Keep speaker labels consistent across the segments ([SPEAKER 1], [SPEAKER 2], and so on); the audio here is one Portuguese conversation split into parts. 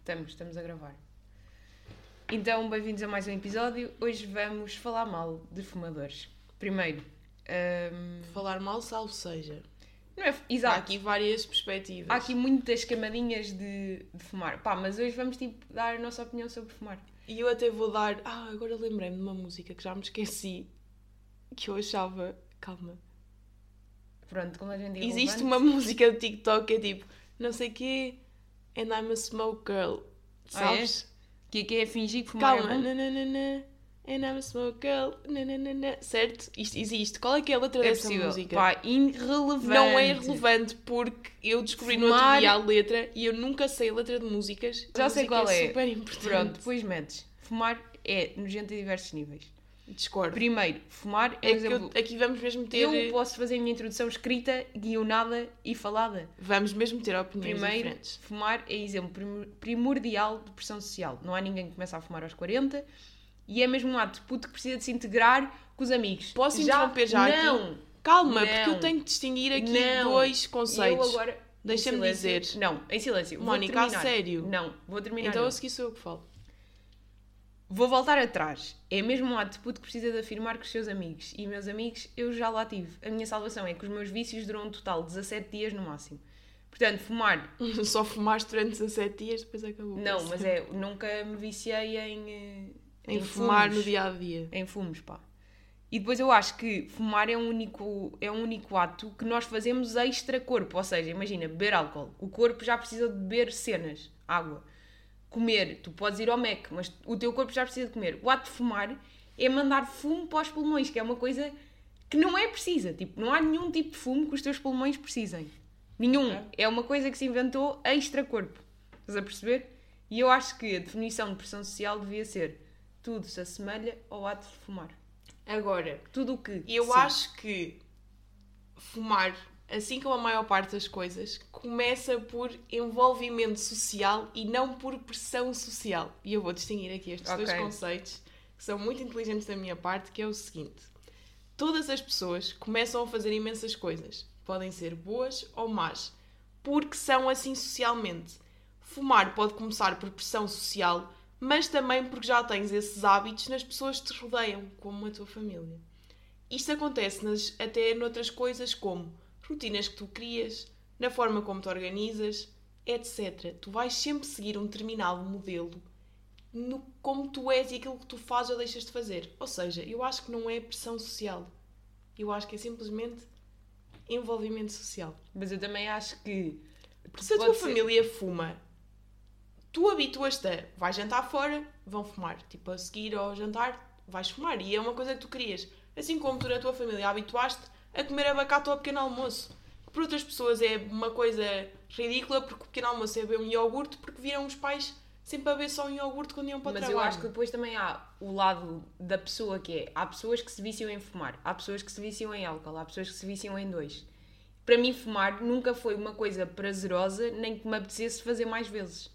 [SPEAKER 1] Estamos, estamos a gravar. Então, bem-vindos a mais um episódio. Hoje vamos falar mal de fumadores. Primeiro, hum,
[SPEAKER 2] Falar mal, salvo seja.
[SPEAKER 1] não é,
[SPEAKER 2] Há
[SPEAKER 1] exato,
[SPEAKER 2] aqui várias perspectivas.
[SPEAKER 1] há aqui muitas camadinhas de, de fumar. Pá, mas hoje vamos tipo dar a nossa opinião sobre fumar.
[SPEAKER 2] E eu até vou dar. Ah, agora lembrei-me de uma música que já me esqueci. Que eu achava. Calma.
[SPEAKER 1] Pronto, como a gente
[SPEAKER 2] Existe uma música do TikTok que é tipo. Não sei quê. And I'm a smoke girl.
[SPEAKER 1] Ah, é?
[SPEAKER 2] Sabes?
[SPEAKER 1] Que, que é fingir que fumar
[SPEAKER 2] Calma.
[SPEAKER 1] é bom.
[SPEAKER 2] Nananana, and I'm a smoke girl. Nananana. Certo? Isto existe. Qual é que é a letra
[SPEAKER 1] É
[SPEAKER 2] dessa
[SPEAKER 1] possível.
[SPEAKER 2] música?
[SPEAKER 1] Pá, irrelevante.
[SPEAKER 2] Não é relevante porque eu descobri no
[SPEAKER 1] Fumar-
[SPEAKER 2] outro dia a letra e eu nunca sei a letra de músicas. A
[SPEAKER 1] Já sei
[SPEAKER 2] música
[SPEAKER 1] qual é.
[SPEAKER 2] super importante.
[SPEAKER 1] Pronto, depois metes. Fumar é nojento a diversos níveis.
[SPEAKER 2] Discordo.
[SPEAKER 1] Primeiro, fumar é,
[SPEAKER 2] É
[SPEAKER 1] um
[SPEAKER 2] que eu-
[SPEAKER 1] exemplo.
[SPEAKER 2] aqui vamos mesmo ter.
[SPEAKER 1] Eu, posso fazer a minha introdução escrita, guionada e falada.
[SPEAKER 2] Vamos mesmo ter opiniões
[SPEAKER 1] Primeiro,
[SPEAKER 2] diferentes.
[SPEAKER 1] fumar é exemplo prim- primordial de pressão social. Não há ninguém que começa a fumar aos 40 e é mesmo um ato de puto que precisa de se integrar com os amigos.
[SPEAKER 2] Posso interromper já aqui?
[SPEAKER 1] Não!
[SPEAKER 2] Calma,
[SPEAKER 1] Não.
[SPEAKER 2] porque eu tenho que distinguir aqui
[SPEAKER 1] Não.
[SPEAKER 2] dois
[SPEAKER 1] Eu
[SPEAKER 2] conceitos.
[SPEAKER 1] agora.
[SPEAKER 2] Deixa-me
[SPEAKER 1] em silêncio.
[SPEAKER 2] dizer.
[SPEAKER 1] Não, em silêncio. Vou
[SPEAKER 2] Mónica, a
[SPEAKER 1] terminar.
[SPEAKER 2] sério?
[SPEAKER 1] Não, vou terminar.
[SPEAKER 2] Então
[SPEAKER 1] não.
[SPEAKER 2] a seguir sou eu que falo.
[SPEAKER 1] Vou voltar atrás. É mesmo um ato de puto que precisa de afirmar com os seus amigos. E meus amigos, eu já lá tive. A minha salvação é que os meus vícios duram um total de 17 dias no máximo. Portanto, fumar,
[SPEAKER 2] Só fumaste durante 17 dias, depois acabou.
[SPEAKER 1] não, mas é, nunca me viciei em. eh,
[SPEAKER 2] Em, fumar
[SPEAKER 1] fumos.
[SPEAKER 2] no dia a dia.
[SPEAKER 1] Em fumos, pá. E depois eu acho que fumar é um único, é um único ato que nós fazemos extra corpo. Ou seja, imagina, beber álcool. O corpo já precisa de beber cenas, água. Comer, tu podes ir ao Mac, mas o teu corpo já precisa de comer. O ato de fumar é mandar fumo para os pulmões, que é uma coisa que não é precisa. Tipo, não há nenhum tipo de fumo que os teus pulmões precisem. Nenhum. É uma coisa que se inventou extra corpo. Estás a perceber? E eu acho que a definição de pressão social devia ser tudo se assemelha ao ato de fumar.
[SPEAKER 2] Agora,
[SPEAKER 1] Tudo o que.
[SPEAKER 2] eu
[SPEAKER 1] se-
[SPEAKER 2] acho que fumar, assim como a maior parte das coisas, começa por envolvimento social e não por pressão social. E eu vou distinguir aqui estes
[SPEAKER 1] Ok.
[SPEAKER 2] dois conceitos que são muito inteligentes da minha parte, que é o seguinte. Todas as pessoas começam a fazer imensas coisas, podem ser boas ou más, porque são assim socialmente. Fumar pode começar por pressão social, mas também porque já tens esses hábitos nas pessoas que te rodeiam, como a tua família. Isto acontece nas- até noutras coisas como rotinas que tu crias, na forma como te organizas, etc. Tu vais sempre seguir um determinado modelo no como tu és e aquilo que tu fazes ou deixas de fazer. Ou seja, eu acho que não é pressão social. Eu acho que é simplesmente envolvimento social.
[SPEAKER 1] Mas eu também acho que.
[SPEAKER 2] Porque se a
[SPEAKER 1] Pode
[SPEAKER 2] tua
[SPEAKER 1] ser.
[SPEAKER 2] família fuma, tu habituas-te a vais jantar fora, vão fumar. Tipo, a seguir ao jantar, vais fumar. E é uma coisa que tu querias. Assim como tu na tua família habituaste a comer abacate ao pequeno almoço. Que para outras pessoas é uma coisa ridícula, porque o pequeno almoço é beber um iogurte, porque viram os pais sempre a beber só um iogurte quando iam para o
[SPEAKER 1] mas
[SPEAKER 2] trabalho.
[SPEAKER 1] eu acho que depois também há o lado da pessoa que é. Há pessoas que se viciam em fumar, há pessoas que se viciam em álcool, há pessoas que se viciam em dois. Para mim, fumar nunca foi uma coisa prazerosa, nem que me apetecesse fazer mais vezes.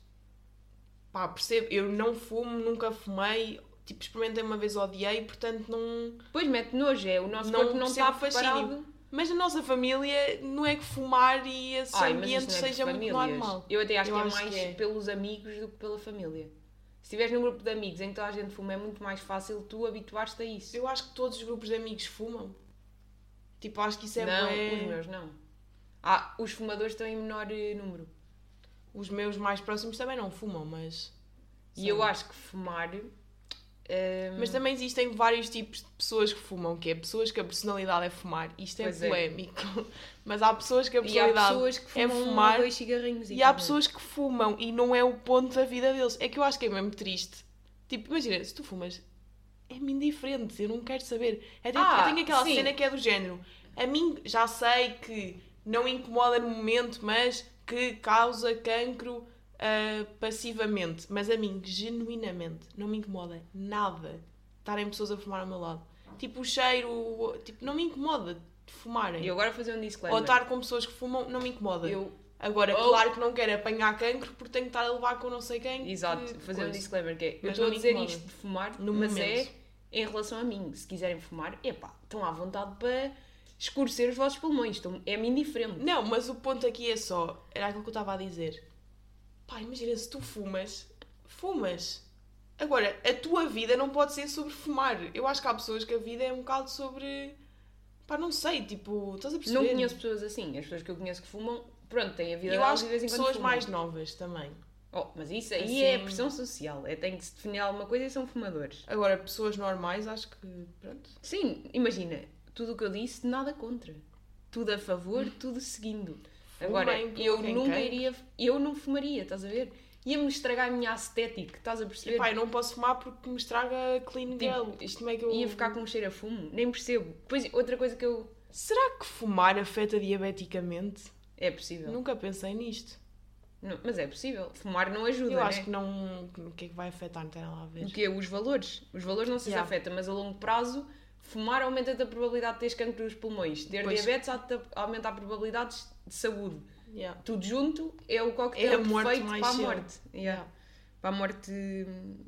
[SPEAKER 2] Pá, percebo, eu não fumo, nunca fumei, tipo, experimentei uma vez, odiei, portanto não...
[SPEAKER 1] Pois mete nojo, é. O nosso
[SPEAKER 2] Não
[SPEAKER 1] corpo não
[SPEAKER 2] percebo
[SPEAKER 1] está
[SPEAKER 2] o fascínio.
[SPEAKER 1] preparado.
[SPEAKER 2] Mas na nossa família não é que fumar e esses
[SPEAKER 1] Ai, mas isso
[SPEAKER 2] ambientes
[SPEAKER 1] não é por
[SPEAKER 2] seja muito
[SPEAKER 1] famílias.
[SPEAKER 2] normal.
[SPEAKER 1] Eu até acho
[SPEAKER 2] Eu
[SPEAKER 1] que
[SPEAKER 2] acho
[SPEAKER 1] é mais
[SPEAKER 2] que é.
[SPEAKER 1] pelos amigos do que pela família. Se estiveres num grupo de amigos em que toda a gente fuma, é muito mais fácil tu habituares-te a isso.
[SPEAKER 2] Eu acho que todos os grupos de amigos fumam. Tipo, acho que isso é
[SPEAKER 1] não,
[SPEAKER 2] bué-
[SPEAKER 1] os meus não. Ah, os fumadores estão em menor eh, número.
[SPEAKER 2] Os meus mais próximos também não fumam, mas...
[SPEAKER 1] E eu acho que fumar. ehm,
[SPEAKER 2] Mas também existem vários tipos de pessoas que fumam, que é pessoas que a personalidade é fumar. Isto é
[SPEAKER 1] Pois é.
[SPEAKER 2] polémico. Mas há pessoas que a
[SPEAKER 1] e há
[SPEAKER 2] personalidade
[SPEAKER 1] pessoas que
[SPEAKER 2] é
[SPEAKER 1] fumam um ou
[SPEAKER 2] fumar
[SPEAKER 1] dois cigarrinhos
[SPEAKER 2] E há pessoas que fumam e não é o ponto da vida deles. É que eu acho que é mesmo triste. Tipo, imagina, se tu fumas, é-me indiferente, eu não quero saber. Até
[SPEAKER 1] Ah,
[SPEAKER 2] eu tenho aquela
[SPEAKER 1] sim.
[SPEAKER 2] cena que é do género. A mim já sei que não incomoda no momento, mas que causa cancro ah, passivamente. Mas a mim, genuinamente, não me incomoda nada estarem pessoas a fumar ao meu lado. Tipo, o cheiro, o- tipo, não me incomoda de fumarem.
[SPEAKER 1] E agora vou fazer um
[SPEAKER 2] Ou
[SPEAKER 1] disclaimer.
[SPEAKER 2] estar com pessoas que fumam, não me incomoda.
[SPEAKER 1] Eu,
[SPEAKER 2] Agora,
[SPEAKER 1] Ou-
[SPEAKER 2] claro que não quero apanhar cancro porque tenho que estar a levar com não sei quem. Hum,
[SPEAKER 1] exato,
[SPEAKER 2] que
[SPEAKER 1] fazer um
[SPEAKER 2] coisa.
[SPEAKER 1] disclaimer que é. Eu
[SPEAKER 2] Mas
[SPEAKER 1] estou a
[SPEAKER 2] não me
[SPEAKER 1] dizer
[SPEAKER 2] incomoda.
[SPEAKER 1] isto de fumar,
[SPEAKER 2] No
[SPEAKER 1] mas
[SPEAKER 2] momento.
[SPEAKER 1] é em relação a mim. Se quiserem fumar, epá, estão à vontade para escurecer os vossos pulmões. Estão- É-me indiferente.
[SPEAKER 2] Não, mas o ponto aqui é só. Era aquilo que eu estava a dizer. Pá, imagina se tu fumas, fumas. Agora, a tua vida não pode ser sobre fumar. Eu acho que há pessoas que a vida é um bocado sobre. Pá, não sei, tipo, estás a perceber?
[SPEAKER 1] Não conheço pessoas assim. As pessoas que eu conheço que fumam, pronto, têm a vida
[SPEAKER 2] Eu
[SPEAKER 1] delas e
[SPEAKER 2] acho que
[SPEAKER 1] de vez em quando
[SPEAKER 2] pessoas
[SPEAKER 1] fumam.
[SPEAKER 2] mais novas também.
[SPEAKER 1] Oh, mas isso aí
[SPEAKER 2] Assim-
[SPEAKER 1] é pressão social. É, tem que se definir alguma coisa e são fumadores.
[SPEAKER 2] Agora, pessoas normais, acho que. Pronto.
[SPEAKER 1] Sim, imagina, tudo o que eu disse, nada contra. Tudo a
[SPEAKER 2] Hum.
[SPEAKER 1] favor, tudo seguindo. Agora,
[SPEAKER 2] Fumem,
[SPEAKER 1] eu
[SPEAKER 2] coloquem
[SPEAKER 1] nunca
[SPEAKER 2] quem?
[SPEAKER 1] iria. Eu não fumaria, estás a ver? Ia-me estragar a minha estética, estás a perceber?
[SPEAKER 2] E pá, eu não posso fumar porque me estraga clean
[SPEAKER 1] Tipo,
[SPEAKER 2] girl. Isto como é que eu.
[SPEAKER 1] Ia ficar com um cheiro a fumo, nem percebo. Pois, outra coisa que eu.
[SPEAKER 2] Será que fumar afeta diabeticamente?
[SPEAKER 1] É possível.
[SPEAKER 2] Nunca pensei nisto.
[SPEAKER 1] Não, mas é possível. Fumar não ajuda,
[SPEAKER 2] Eu
[SPEAKER 1] né?
[SPEAKER 2] acho que não. O que é que vai afetar? Não tem nada a ver.
[SPEAKER 1] O que é os valores? Os valores não se lhes
[SPEAKER 2] Yeah.
[SPEAKER 1] afeta, mas a longo prazo, fumar aumenta-te a probabilidade de teres cancro dos pulmões. Ter
[SPEAKER 2] Pois.
[SPEAKER 1] diabetes aumenta- aumenta a probabilidades de saúde.
[SPEAKER 2] Yeah.
[SPEAKER 1] Tudo junto é o
[SPEAKER 2] É
[SPEAKER 1] coquetel
[SPEAKER 2] a morte
[SPEAKER 1] perfeito
[SPEAKER 2] mais
[SPEAKER 1] para a
[SPEAKER 2] cedo.
[SPEAKER 1] morte. Yeah. Para a morte hum,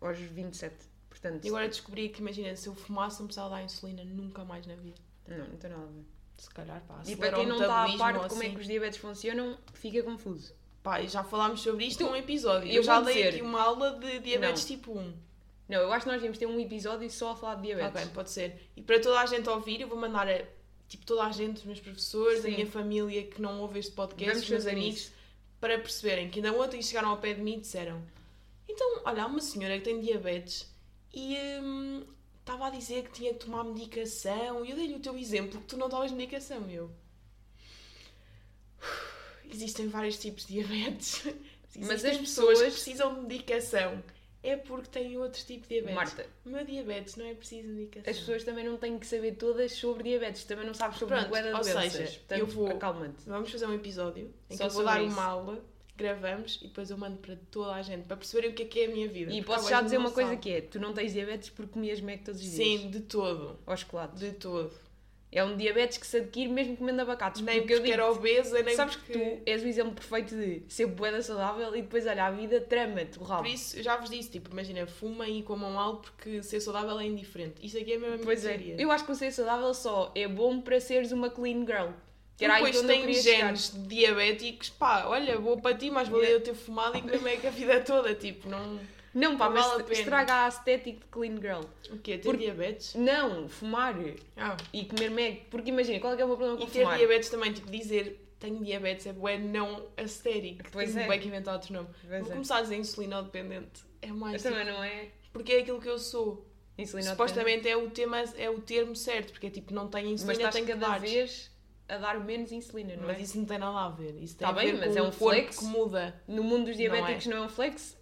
[SPEAKER 1] aos 27. Portanto,
[SPEAKER 2] E agora descobri que, imagina, se eu fumasse, não precisava dar insulina nunca mais na vida.
[SPEAKER 1] não, não tem nada a ver.
[SPEAKER 2] Se calhar, pá.
[SPEAKER 1] E
[SPEAKER 2] acelera
[SPEAKER 1] para quem
[SPEAKER 2] o
[SPEAKER 1] não está a
[SPEAKER 2] metabolismo
[SPEAKER 1] par de
[SPEAKER 2] ou
[SPEAKER 1] como é
[SPEAKER 2] assim.
[SPEAKER 1] que os diabetes funcionam, fica confuso.
[SPEAKER 2] Pá, e já falámos sobre isto
[SPEAKER 1] Tu-
[SPEAKER 2] num episódio. Então, Eu,
[SPEAKER 1] eu
[SPEAKER 2] já
[SPEAKER 1] vou
[SPEAKER 2] dei
[SPEAKER 1] dizer-
[SPEAKER 2] aqui uma aula de diabetes
[SPEAKER 1] Não.
[SPEAKER 2] tipo 1.
[SPEAKER 1] Não, eu acho que nós devíamos ter um episódio só a falar de diabetes.
[SPEAKER 2] Ok, pode ser. E para toda a gente ouvir, eu vou mandar a tipo, toda a gente, os meus professores, a
[SPEAKER 1] Sim.
[SPEAKER 2] minha família que não ouve este podcast,
[SPEAKER 1] Vamos
[SPEAKER 2] os meus
[SPEAKER 1] fazer
[SPEAKER 2] amigos,
[SPEAKER 1] isso.
[SPEAKER 2] para perceberem que ainda ontem chegaram ao pé de mim e disseram: Então, olha, há uma senhora que tem diabetes e hum, estava a dizer que tinha que tomar medicação. E eu dei-lhe o teu exemplo que tu não tomas medicação. E eu. Existem vários tipos de diabetes. Existem
[SPEAKER 1] Mas as
[SPEAKER 2] pessoas que
[SPEAKER 1] pessoas-
[SPEAKER 2] precisam de medicação. É porque têm outro tipo de diabetes.
[SPEAKER 1] Marta,
[SPEAKER 2] O meu diabetes não é preciso de medicação.
[SPEAKER 1] As pessoas também não têm que saber todas sobre diabetes, também não sabes sobre
[SPEAKER 2] Pronto,
[SPEAKER 1] bué de
[SPEAKER 2] ou
[SPEAKER 1] doenças.
[SPEAKER 2] seja,
[SPEAKER 1] Portanto,
[SPEAKER 2] eu vou-
[SPEAKER 1] Acalma-te.
[SPEAKER 2] Vamos fazer um episódio em
[SPEAKER 1] Só
[SPEAKER 2] que eu vou
[SPEAKER 1] sobre
[SPEAKER 2] dar
[SPEAKER 1] isso.
[SPEAKER 2] uma aula, gravamos e depois eu mando para toda a gente para perceberem o que é que é a minha vida.
[SPEAKER 1] E
[SPEAKER 2] porque
[SPEAKER 1] posso
[SPEAKER 2] talvez
[SPEAKER 1] já dizer
[SPEAKER 2] não
[SPEAKER 1] uma coisa
[SPEAKER 2] sabe.
[SPEAKER 1] que é, tu não tens diabetes porque comias Mac todos os dias.
[SPEAKER 2] Sim, de todo.
[SPEAKER 1] Ou chocolate.
[SPEAKER 2] De todo.
[SPEAKER 1] É um diabetes que se adquire mesmo comendo abacates.
[SPEAKER 2] Nem
[SPEAKER 1] porque eu
[SPEAKER 2] porque
[SPEAKER 1] digo,
[SPEAKER 2] era obesa, nem
[SPEAKER 1] sabes
[SPEAKER 2] porque...
[SPEAKER 1] que tu és o exemplo perfeito de ser boeda saudável e depois olha a vida, trama-te o rabo.
[SPEAKER 2] Por isso, eu já vos disse, tipo, imagina, fumem e comam algo porque ser saudável é indiferente. Isso aqui é mesmo a minha
[SPEAKER 1] Pois é,
[SPEAKER 2] teoria.
[SPEAKER 1] eu acho que o ser saudável só é bom para seres uma clean girl. Que
[SPEAKER 2] E
[SPEAKER 1] era aí
[SPEAKER 2] depois
[SPEAKER 1] onde eu
[SPEAKER 2] tem
[SPEAKER 1] queria
[SPEAKER 2] genes diabéticos, pá, olha, boa para ti, mas valeu eu ter fumado e comer meio que a vida toda, tipo, não...
[SPEAKER 1] chegar. Não, pá,
[SPEAKER 2] Não
[SPEAKER 1] mas
[SPEAKER 2] vale a pena.
[SPEAKER 1] estraga a estética de clean girl.
[SPEAKER 2] O quê? Ter
[SPEAKER 1] Porque-
[SPEAKER 2] diabetes?
[SPEAKER 1] Não, fumar
[SPEAKER 2] Ah.
[SPEAKER 1] e comer Mac. Porque imagina, qual é, que é o meu problema
[SPEAKER 2] E
[SPEAKER 1] com
[SPEAKER 2] ter
[SPEAKER 1] fumar?
[SPEAKER 2] diabetes também, tipo, dizer tenho diabetes é bué não astérico.
[SPEAKER 1] Pois
[SPEAKER 2] Tenho
[SPEAKER 1] é.
[SPEAKER 2] bué que inventar outro nome.
[SPEAKER 1] Pois
[SPEAKER 2] Vou
[SPEAKER 1] é.
[SPEAKER 2] começar a dizer insulina dependente. É mais
[SPEAKER 1] Mas
[SPEAKER 2] tipo,
[SPEAKER 1] também não é
[SPEAKER 2] porque é aquilo que eu sou.
[SPEAKER 1] insulina
[SPEAKER 2] Supostamente é o tema, é o termo certo, porque é tipo, não tem
[SPEAKER 1] dependente. mas
[SPEAKER 2] insulina,
[SPEAKER 1] estás
[SPEAKER 2] tem que
[SPEAKER 1] cada
[SPEAKER 2] dar.
[SPEAKER 1] vez a dar menos insulina, não
[SPEAKER 2] Mas
[SPEAKER 1] é?
[SPEAKER 2] isso não tem nada a ver. Isso tem
[SPEAKER 1] Tá
[SPEAKER 2] a
[SPEAKER 1] bem,
[SPEAKER 2] ver
[SPEAKER 1] mas
[SPEAKER 2] com
[SPEAKER 1] é
[SPEAKER 2] o
[SPEAKER 1] um
[SPEAKER 2] corpo
[SPEAKER 1] flex.
[SPEAKER 2] que muda.
[SPEAKER 1] No mundo dos
[SPEAKER 2] Não é.
[SPEAKER 1] diabéticos não é, um flex?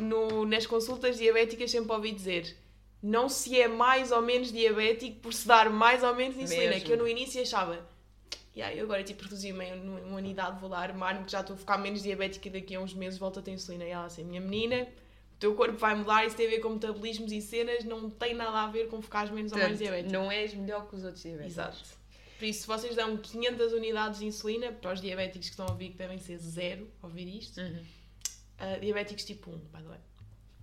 [SPEAKER 2] No, nas consultas diabéticas sempre ouvi dizer não se é mais ou menos diabético por se dar mais ou menos insulina,
[SPEAKER 1] Mesmo.
[SPEAKER 2] que eu no início achava. Yeah, eu agora tipo reduzi-me em uma uma unidade, vou lá armar-me que já estou a ficar menos diabética e daqui a uns meses volto a ter insulina. E ela assim, minha menina, o teu corpo vai mudar, isso tem a ver com metabolismos e cenas, não tem nada a ver com ficares menos ou mais
[SPEAKER 1] Portanto,
[SPEAKER 2] diabética.
[SPEAKER 1] não és melhor que os outros diabéticos.
[SPEAKER 2] é. Exato. Por isso, se vocês dão 500 unidades de insulina, para os diabéticos que estão a ouvir, que devem ser zero, ouvir isto,
[SPEAKER 1] Uhum.
[SPEAKER 2] ah, diabéticos tipo 1, by the way.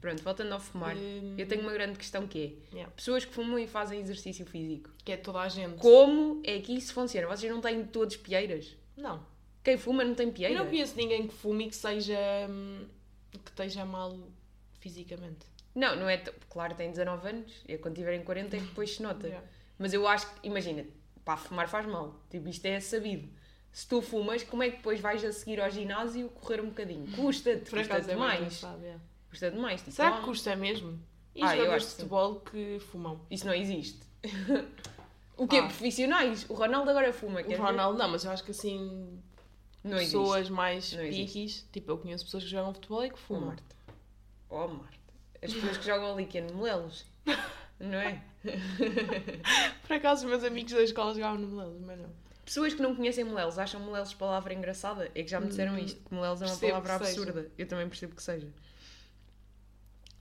[SPEAKER 1] Pronto, voltando ao fumar,
[SPEAKER 2] Hum.
[SPEAKER 1] eu tenho uma grande questão que é,
[SPEAKER 2] Yeah.
[SPEAKER 1] pessoas que fumam e fazem exercício físico,
[SPEAKER 2] Que é toda a gente.
[SPEAKER 1] como é que isso funciona? Vocês não têm todos pieiras?
[SPEAKER 2] Não.
[SPEAKER 1] Quem fuma não tem
[SPEAKER 2] Eu
[SPEAKER 1] pieira?
[SPEAKER 2] não conheço ninguém que fume e que seja. hum, que esteja mal fisicamente.
[SPEAKER 1] não, não é... t- Claro, tem 19 anos, é quando tiverem 40 é que depois se nota.
[SPEAKER 2] Yeah.
[SPEAKER 1] Mas eu acho que, imagina, pá, fumar faz mal. Tipo, isto é sabido. Se tu fumas, como é que depois vais a seguir ao ginásio correr um bocadinho? Custa-te,
[SPEAKER 2] Por acaso
[SPEAKER 1] custa-te
[SPEAKER 2] é mais.
[SPEAKER 1] mais.
[SPEAKER 2] engraçado, é. Então
[SPEAKER 1] Custa demais. Tipo,
[SPEAKER 2] Será
[SPEAKER 1] não
[SPEAKER 2] que
[SPEAKER 1] há-
[SPEAKER 2] custa mesmo? E
[SPEAKER 1] Ah, eu
[SPEAKER 2] jogadores
[SPEAKER 1] acho
[SPEAKER 2] de
[SPEAKER 1] que sim.
[SPEAKER 2] futebol que fumam?
[SPEAKER 1] Isso não existe. o quê?
[SPEAKER 2] Pá.
[SPEAKER 1] Profissionais? O Ronaldo agora fuma.
[SPEAKER 2] O
[SPEAKER 1] quer ver?
[SPEAKER 2] Ronaldo não, mas eu acho que assim.
[SPEAKER 1] não existe.
[SPEAKER 2] pessoas mais
[SPEAKER 1] Não existe.
[SPEAKER 2] piquis. Tipo, eu conheço pessoas que jogam futebol e que
[SPEAKER 1] Oh,
[SPEAKER 2] fumam.
[SPEAKER 1] Marta. Oh, Marta. As pessoas que jogam ali que é no Molelos. Não é?
[SPEAKER 2] Por acaso, os meus amigos da escola jogavam no Molelos, mas não.
[SPEAKER 1] Pessoas que não conhecem Molelos acham Molelos palavra engraçada. É que já me disseram isto, que Molelos é uma
[SPEAKER 2] Uhum. Percebo
[SPEAKER 1] palavra
[SPEAKER 2] que seja.
[SPEAKER 1] absurda. Eu também percebo que seja.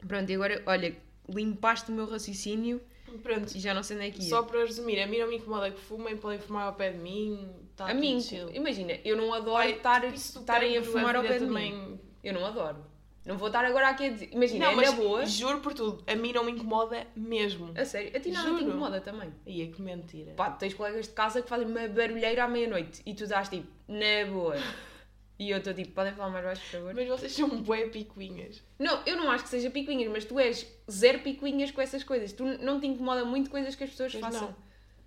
[SPEAKER 1] Pronto, e agora, olha, limpaste o meu raciocínio
[SPEAKER 2] Pronto,
[SPEAKER 1] e já não sei onde é que ia.
[SPEAKER 2] só para resumir, a mim não me incomoda que fumem, podem fumar ao pé de mim. Tá
[SPEAKER 1] a mim, imagina, eu não adoro estar, estarem a fumar ao pé de mim.
[SPEAKER 2] mim.
[SPEAKER 1] Eu não adoro. Não vou estar agora aqui a dizer. Imagina,
[SPEAKER 2] Não,
[SPEAKER 1] é
[SPEAKER 2] mas
[SPEAKER 1] na boa.
[SPEAKER 2] juro por tudo, a mim não me incomoda mesmo.
[SPEAKER 1] A sério, a ti nada te
[SPEAKER 2] Juro.
[SPEAKER 1] incomoda também.
[SPEAKER 2] Ia que mentira.
[SPEAKER 1] Pá, tu tens colegas de casa que fazem uma barulheira à meia-noite e tu dás tipo, na boa. E eu estou tipo, podem falar mais baixo, por favor?
[SPEAKER 2] Mas vocês são bué picuinhas.
[SPEAKER 1] Não, eu não acho que seja picuinhas, mas tu és zero picuinhas com essas coisas. Tu não te incomoda muito coisas que as pessoas
[SPEAKER 2] Mas
[SPEAKER 1] façam.
[SPEAKER 2] não.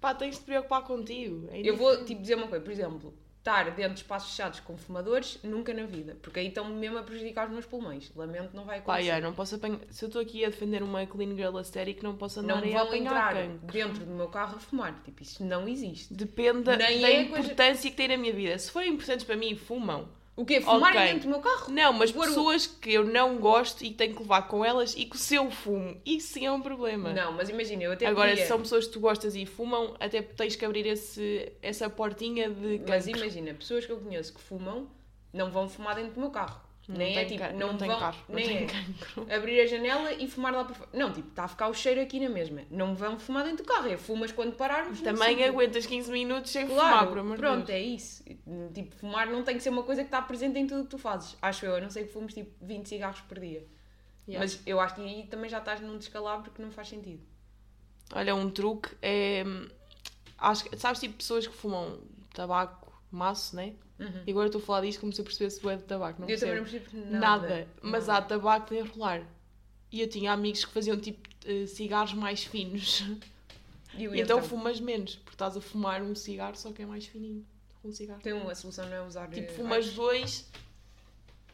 [SPEAKER 2] Pá, tens de te preocupar contigo. É
[SPEAKER 1] Eu vou tipo, dizer uma coisa, por exemplo, estar dentro de espaços fechados com fumadores, nunca na vida, porque aí estão mesmo a prejudicar os meus pulmões. Lamento, não vai
[SPEAKER 2] Pá,
[SPEAKER 1] acontecer.
[SPEAKER 2] yeah, não posso apanhar. Se eu estou aqui a defender uma clean girl aesthetic, não posso andar
[SPEAKER 1] não
[SPEAKER 2] aí a
[SPEAKER 1] vão
[SPEAKER 2] apanhar
[SPEAKER 1] entrar
[SPEAKER 2] cancro.
[SPEAKER 1] dentro do meu carro a fumar. Tipo, isso não existe.
[SPEAKER 2] Depende da,
[SPEAKER 1] Nem
[SPEAKER 2] da
[SPEAKER 1] é coisa-
[SPEAKER 2] importância que tem na minha vida. Se forem importantes para mim, fumam.
[SPEAKER 1] O quê? Fumarem
[SPEAKER 2] Ok.
[SPEAKER 1] dentro do meu carro?
[SPEAKER 2] Não, mas
[SPEAKER 1] Agora o-
[SPEAKER 2] pessoas que eu não gosto e que tenho que levar com elas e que se eu fumo, isso sim é um problema.
[SPEAKER 1] Não, mas imagina, eu até
[SPEAKER 2] Agora,
[SPEAKER 1] podia-
[SPEAKER 2] se são pessoas que tu gostas e fumam, até tens que abrir esse, essa portinha de
[SPEAKER 1] Mas
[SPEAKER 2] cancro.
[SPEAKER 1] imagina, pessoas que eu conheço que fumam, não vão fumar dentro do meu carro. nem é
[SPEAKER 2] tem
[SPEAKER 1] tipo,
[SPEAKER 2] ca-
[SPEAKER 1] não,
[SPEAKER 2] tem
[SPEAKER 1] vão...
[SPEAKER 2] carro, não
[SPEAKER 1] nem
[SPEAKER 2] tem
[SPEAKER 1] é.
[SPEAKER 2] cancro.
[SPEAKER 1] abrir a janela e fumar lá para fora. Não, tipo, está a ficar o cheiro aqui na mesma. Não vão fumar dentro do carro, é fumas quando pararmos. no
[SPEAKER 2] Também
[SPEAKER 1] sítio.
[SPEAKER 2] aguentas 15 minutos sem fumar,
[SPEAKER 1] Claro,
[SPEAKER 2] por amor de
[SPEAKER 1] pronto,
[SPEAKER 2] Deus.
[SPEAKER 1] é isso. Tipo, fumar não tem que ser uma coisa que está presente em tudo o que tu fazes. Acho eu, a não sei que fumes tipo 20 cigarros por dia.
[SPEAKER 2] Yeah.
[SPEAKER 1] Mas eu acho que aí também já estás num descalabro que não faz sentido.
[SPEAKER 2] Olha, um truque é. hum, Acho que, sabes, tipo, pessoas que fumam tabaco, maço, né? E agora estou a falar disto como se eu percebesse bué de tabaco, não
[SPEAKER 1] Uhum. eu também
[SPEAKER 2] percebo.
[SPEAKER 1] não percebo
[SPEAKER 2] nada,
[SPEAKER 1] nada.
[SPEAKER 2] mas há tabaco de enrolar. E eu tinha amigos que faziam tipo eh, cigarros mais finos.
[SPEAKER 1] E o
[SPEAKER 2] E então
[SPEAKER 1] então,
[SPEAKER 2] fumas menos, porque estás a fumar um cigarro só que é mais fininho. Um cigarro.
[SPEAKER 1] Tem uma solução, não é usar.
[SPEAKER 2] Tipo,
[SPEAKER 1] eh,
[SPEAKER 2] fumas dois.